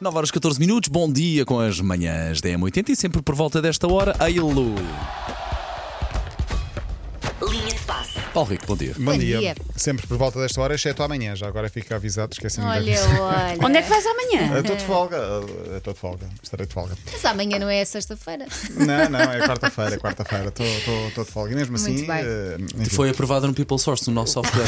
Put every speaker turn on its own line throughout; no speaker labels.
9 horas 14 minutos, bom dia com as manhãs da M80 e sempre por volta desta hora, a Ilu.
Linha de passe.
Paulo Rico, bom dia.
Bom, dia.
dia.
Sempre por volta desta hora, exceto amanhã. Já agora fica avisado, esqueci-me de
Olha,
avisar.
olha.
Onde é que vais amanhã?
Estou de folga. eh, Estou de folga. Estarei de folga.
Mas amanhã não é sexta-feira.
Não, não, é quarta-feira, é quarta-feira. Estou- Estou estou de folga. E mesmo assim.
bem.
eh, enfim,
Foi aprovado no People Source, no nosso software.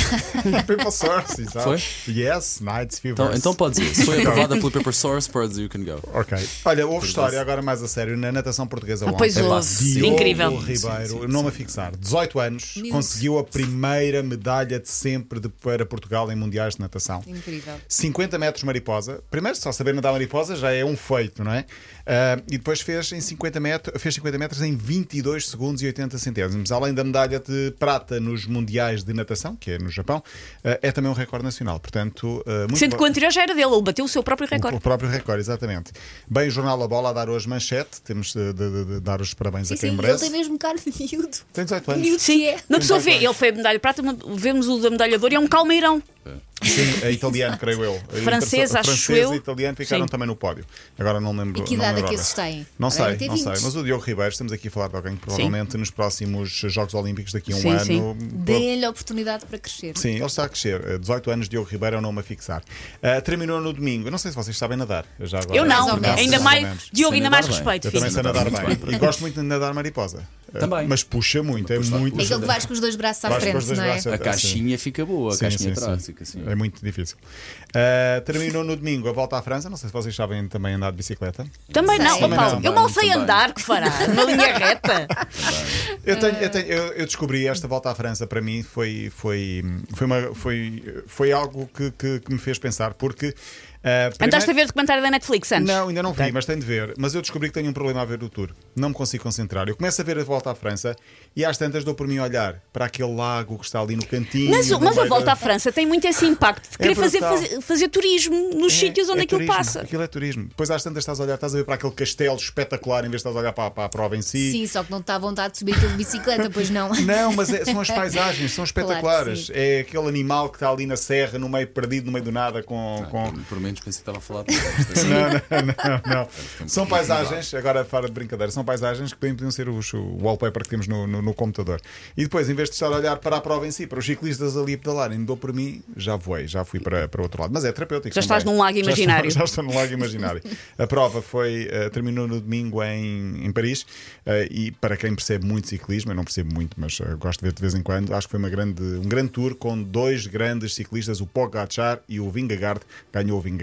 People Source, exato.
Foi?
Yes, Nights Fever.
Então, então pode dizer, se foi aprovada pelo Paper Source, pode dizer you can go.
Ok. Olha, houve história agora mais a sério na natação portuguesa ontem.
pois houve.
sim.
Diogo
Incrível.
Ribeiro,
Sim, sim,
nome a fixar, 18 anos, conseguiu a primeira medalha de sempre de- para Portugal em mundiais de natação.
Incrível.
50 metros mariposa. Primeiro, só saber nadar mariposa já é um feito, não é? Ah, e depois fez, em 50 metros, fez 50 metros em 22 segundos e 80 centésimos. Além da medalha de prata nos mundiais de natação, que é no Japão, ah, é também um recorde nacional. Portanto, ah, muito
Sendo
bom.
que o anterior já era dele, ele bateu o seu próprio
O, o
recorde.
próprio recorde, exatamente. Bem, o Jornal A Bola a dar hoje manchete. Temos de, de- de- de dar os parabéns
Sim,
a quem
sim, ele
merece.
tem mesmo cara de miúdo.
Tem 18 anos.
Miúdo que é.
Uma pessoa vê,
Tem dois
ele foi a medalha de prata, mas vemos o da medalha de ouro e é um calmeirão.
Sim, é italiano, creio eu.
Francês, acho
Francês
eu.
e italiano ficaram
Sim.
também no pódio. Agora não lembro.
E que
não
idade
lembro
é que
agora.
esses têm?
Não
Devem
sei,
ter
não
20.
sei. Mas o Diogo Ribeiro, estamos aqui a falar de alguém que provavelmente nos próximos Jogos Olímpicos daqui a um
Sim,
ano.
sim.
Deem-lhe a oportunidade para crescer.
Sim, ele está a crescer. Eh, 18 anos, Diogo Ribeiro é o nome a fixar. Eh, terminou no domingo. Eu Não sei se vocês sabem nadar. Eu, já agora-
Eu não,
Não,
ainda
não,
mais. Diogo,
Sem nadar
ainda mais
bem.
respeito,
Eu
Eu
filho.
também sei nadar
Muito
bem.
bem.
E gosto muito de nadar mariposa. Eh,
Também.
Mas puxa muito, é
Puxa-
muito.
É
puxa-
aquele que vais com os dois braços à
Vais com os
frente,
dois
não é?
braços à
A
Sim.
caixinha fica boa, a
Sim,
caixinha
sim,
atrás.
sim.
fica assim.
É muito difícil. Eh, terminou no domingo a volta à França. Não sei se vocês sabem também andar de bicicleta.
Também não,
Também
ó Paulo.
não,
Eu mal
também,
sei
também.
andar, que fará? Uma linha reta.
Eu, tenho- eu tenho- eu- eu descobri esta volta à França para mim foi, foi, foi, uma- foi, foi algo que, que- que me fez pensar, porque. eh, primeiro-
Andaste a ver o documentário da Netflix antes?
Não, ainda não vi, mas tenho de ver. Mas eu descobri que tenho um problema a ver o tour. Não me consigo concentrar. Eu começo a ver a volta à França e às tantas dou por mim a olhar para aquele lago que está ali no cantinho.
Mas, o-
no
mas a
meio da-
volta à França tem muito esse impacto de querer fazer,
É brutal.
fazer, fazer turismo nos
É,
sítios onde
é
aquilo
turismo,
passa.
Aquilo é turismo. Depois às tantas estás a olhar, estás a ver para aquele castelo espetacular em vez de estás a olhar para, para a prova em si.
Sim, só que não está à vontade de subir aquilo de bicicleta, pois não.
Não, mas é- são as paisagens, são
Claro que
espetaculares.
sim.
é aquele animal que está ali na serra, no meio perdido, no meio do nada, com. com-
Por Ah, menos pensei que estava a falar.
Não, não. São paisagens, agora é fora de brincadeira, são paisagens que bem podiam ser os- o wallpaper que temos no, no- no computador. E depois, em vez de estar a olhar para a prova em si, para os ciclistas ali a pedalarem, dou por mim, já voei, já fui para, para outro lado. Mas é terapêutico.
Já
também.
estás num lago
Já estou-
imaginário.
já estou no lago imaginário. A prova foi eh, terminou no domingo em, em Paris eh, e para quem percebe muito ciclismo, eu não percebo muito, mas eh, gosto de ver de vez em quando, acho que foi uma grande, um grande tour com dois grandes ciclistas, o Pogacar e o Vingegaard, ganhou o Vingegaard.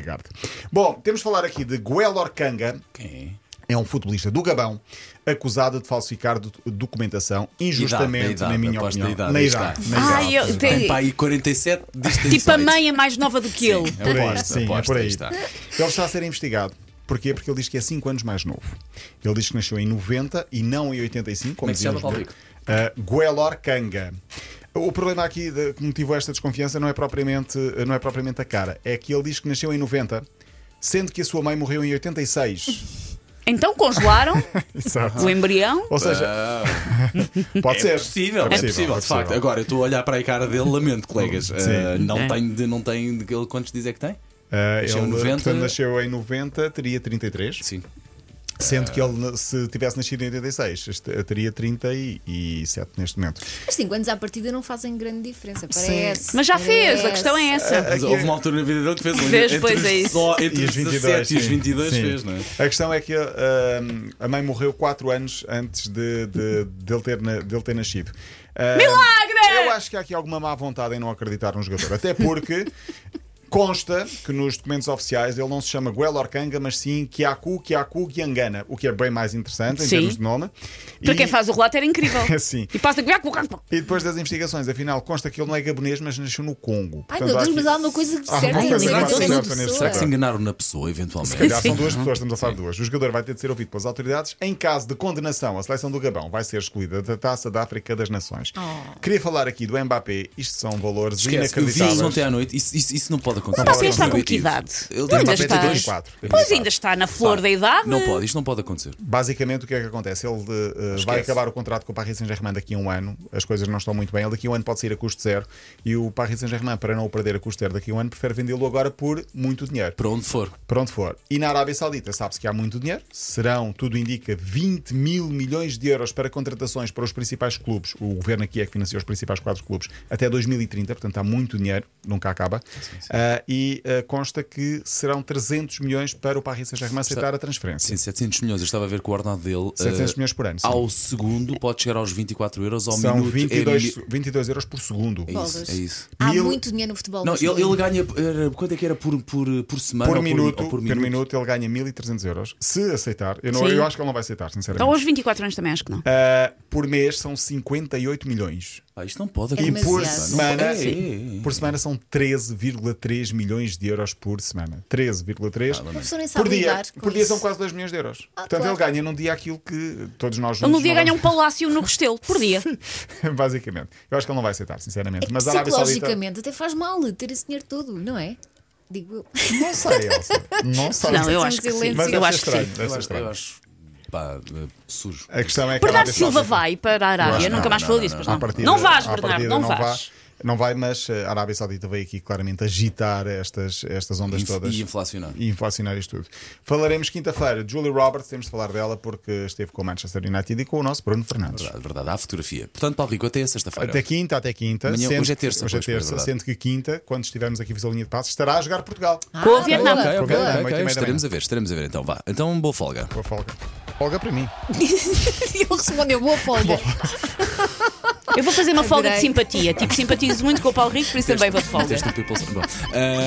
Bom, temos de falar aqui de Guel Orcanga,
Quem é?
é um futebolista do Gabão, acusado de falsificar do- documentação injustamente,
idade,
na minha
aposto
opinião.
da idade,
na
aí
idade,
está.
na idade.
Ai, eu- tem-
Tem pai 47, diz que tem
Tipo, a
18.
mãe é mais nova do que ele.
É por aí,
Aposto,
sim,
aposto,
é por aí.
está. Ele está a ser investigado. Porquê? Porque ele diz que é 5 anos mais novo. Ele diz que nasceu em 90 e não em 85, como
Como é que se chama,
dizíamos
Paulo
no- Ah, Guelor Kanga. O problema aqui de- que motivou esta desconfiança não é, propriamente, não é propriamente a cara. É que ele diz que nasceu em 90, sendo que a sua mãe morreu em 86.
Então congelaram
Exato.
o embrião.
Ou seja, pode ser.
É possível, é possível, de facto. Agora, eu estou a olhar para a cara dele, lamento, colegas. Ah, não,
É.
tem de, não tem de ele quantos diz é que tem?
Ah,
Nasceu em
ele,
90.
portanto, nasceu em 90, teria 33.
Sim.
Sendo que ele, se tivesse nascido em 86, este- eh, teria 37 neste momento.
Mas 5 anos à partida não fazem grande diferença, parece.
Mas já fez, a
parece.
questão é essa.
Mas houve uma altura na vida dele que fez um-
Fez,
entre
pois
os-
é isso.
Só entre
E
os
os
17 e os 22
sim.
fez, não é?
A questão é que ah, a mãe morreu 4 anos antes de, de, dele, ter, na- dele ter nascido. Ah,
Milagre!
Eu acho que há aqui alguma má vontade em não acreditar num jogador. Até porque. Consta que nos documentos oficiais ele não se chama Guel Orcanga, mas sim Kiaku Kiaku Giangana, o que é bem mais interessante em
Sim.
termos de nome.
Para
E-
quem faz o relato era incrível.
Sim.
E passa de
E depois das investigações, afinal, consta que ele não é gabonês, mas nasceu no Congo. Portanto,
Ai meu Deus,
aqui-
mas há alguma coisa que né?
Há
certa
alguma
em
coisa
é
dizer
que
aquilo
não
numa
certa nesse
pessoa.
Será que se enganaram na pessoa, eventualmente?
Calhar são duas pessoas, estamos a falar de duas. O jogador vai ter de ser ouvido pelas autoridades. Em caso de condenação, a seleção do Gabão vai ser excluída da Taça da África das
Oh.
Nações. Queria falar aqui do Mbappé. Isto são valores
Esquece, eu vi
inacreditáveis.
isso ontem à noite, isso, isso- isso não pode pode acontecer.
Mas
Isso é
você está com que
proibitivo.
idade?
Ele
Tu ainda
deve estar
estás?
84.
Pois ainda está na flor da idade.
Não pode, isto não pode acontecer.
Basicamente, o que é que acontece? Ele eh, vai acabar o contrato com o Paris Saint-Germain daqui a um ano, as coisas não estão muito bem. Ele daqui a um ano pode sair a custo zero e o Paris Saint-Germain, para não o perder a custo zero daqui a um ano, prefere vendê-lo agora por muito dinheiro.
Para onde for.
Para onde for. E na Arábia Saudita sabe-se que há muito dinheiro. Serão, tudo indica, 20 mil milhões de euros para contratações para os principais clubes. O governo aqui é que financia os principais quatro clubes até 2030, portanto há muito dinheiro, nunca acaba. Ah, e ah, consta que serão 300 milhões para o Paris Saint-Germain aceitar a transferência.
Sim, 700 milhões. Eu estava a ver que o ordenado dele.
700
eh,
milhões por ano, sim.
Ao segundo pode chegar aos 24 euros, ao
São
minuto. é
22,
mi-
22 euros por segundo.
É isso, é isso.
Há
Mil-
muito dinheiro no futebol.
Não,
mas
ele, ele ganha. era- quanto é que era por, por, por semana?
Por
ou
minuto,
ou
por minuto. ele ganha 1300 euros. Se aceitar, eu, não,
Sim.
eu acho que ele não vai aceitar, sinceramente.
Então aos 24 anos também acho que não.
Ah, por mês são 58 milhões.
Ah, isto não pode
E
acontecer.
por
demasiado.
semana,
Não, é, é, é.
por semana são 13,3 milhões de euros por semana. 13,3
A pessoa nem sabe
por dia.
lidar com
Por dia
isso.
são quase 2 milhões de euros.
Ah,
Portanto,
claro.
ele ganha num dia aquilo que todos nós
Ele
juntos.
no dia
não
ganha um palácio no Restelo, por dia.
vamos- Basicamente. Eu acho que ele não vai aceitar, sinceramente. Mas a tá. Arábia Saudita.
É Psicologicamente até faz mal ter esse dinheiro todo, não é? Digo eu.
Não sei, Elsa. Não sei. é
Não, eu acho que sim.
Mas
Eu
deve ser
acho que
estranho,
sim.
deve
é. Eu acho,
ser
eu
estranho.
acho. Pá, eh, sujo.
A questão é que a
Bernardo
Arábia
Silva
Saudita-
vai para a
Eu
Arábia.
acho
Nunca
que
mais
não,
falou
não,
disso, pois
À
não.
partida-
Não vais,
à
Bernardo,
partida
não
vá-
vais.
Não vai, mas eh, a Arábia Saudita veio aqui claramente agitar estas, estas ondas
Inf-
todas.
e inflacionar.
E inflacionar isto tudo. Falaremos quinta-feira de Julie Roberts, temos de falar dela porque esteve com o Manchester United e com o nosso Bruno Fernandes.
Verdade, verdade, há fotografia. Portanto, Paulo Rico, até sexta-feira.
Até quinta, até quinta.
Amanhã-
sendo
hoje é
que-
terça,
Hoje é
pois, pois,
terça,
verdade.
sendo que quinta, quando estivermos aqui a linha de passos, estará a jogar Portugal.
Com o
Ah,
Vietnã.
boa.
Ok, ok,
Aproveita,
ok,
oito e meia da
Estaremos a
manhã.
ver, estaremos a ver. Então vá. Então, boa folga.
Boa folga. Folga para mim.
Ele respondeu boa folga.
Eu vou fazer uma folga de
Adorei.
é
simpatia. Tipo, simpatizo muito com o Paulo Rico, por isso também vou de folga.
Teste um people- Bom,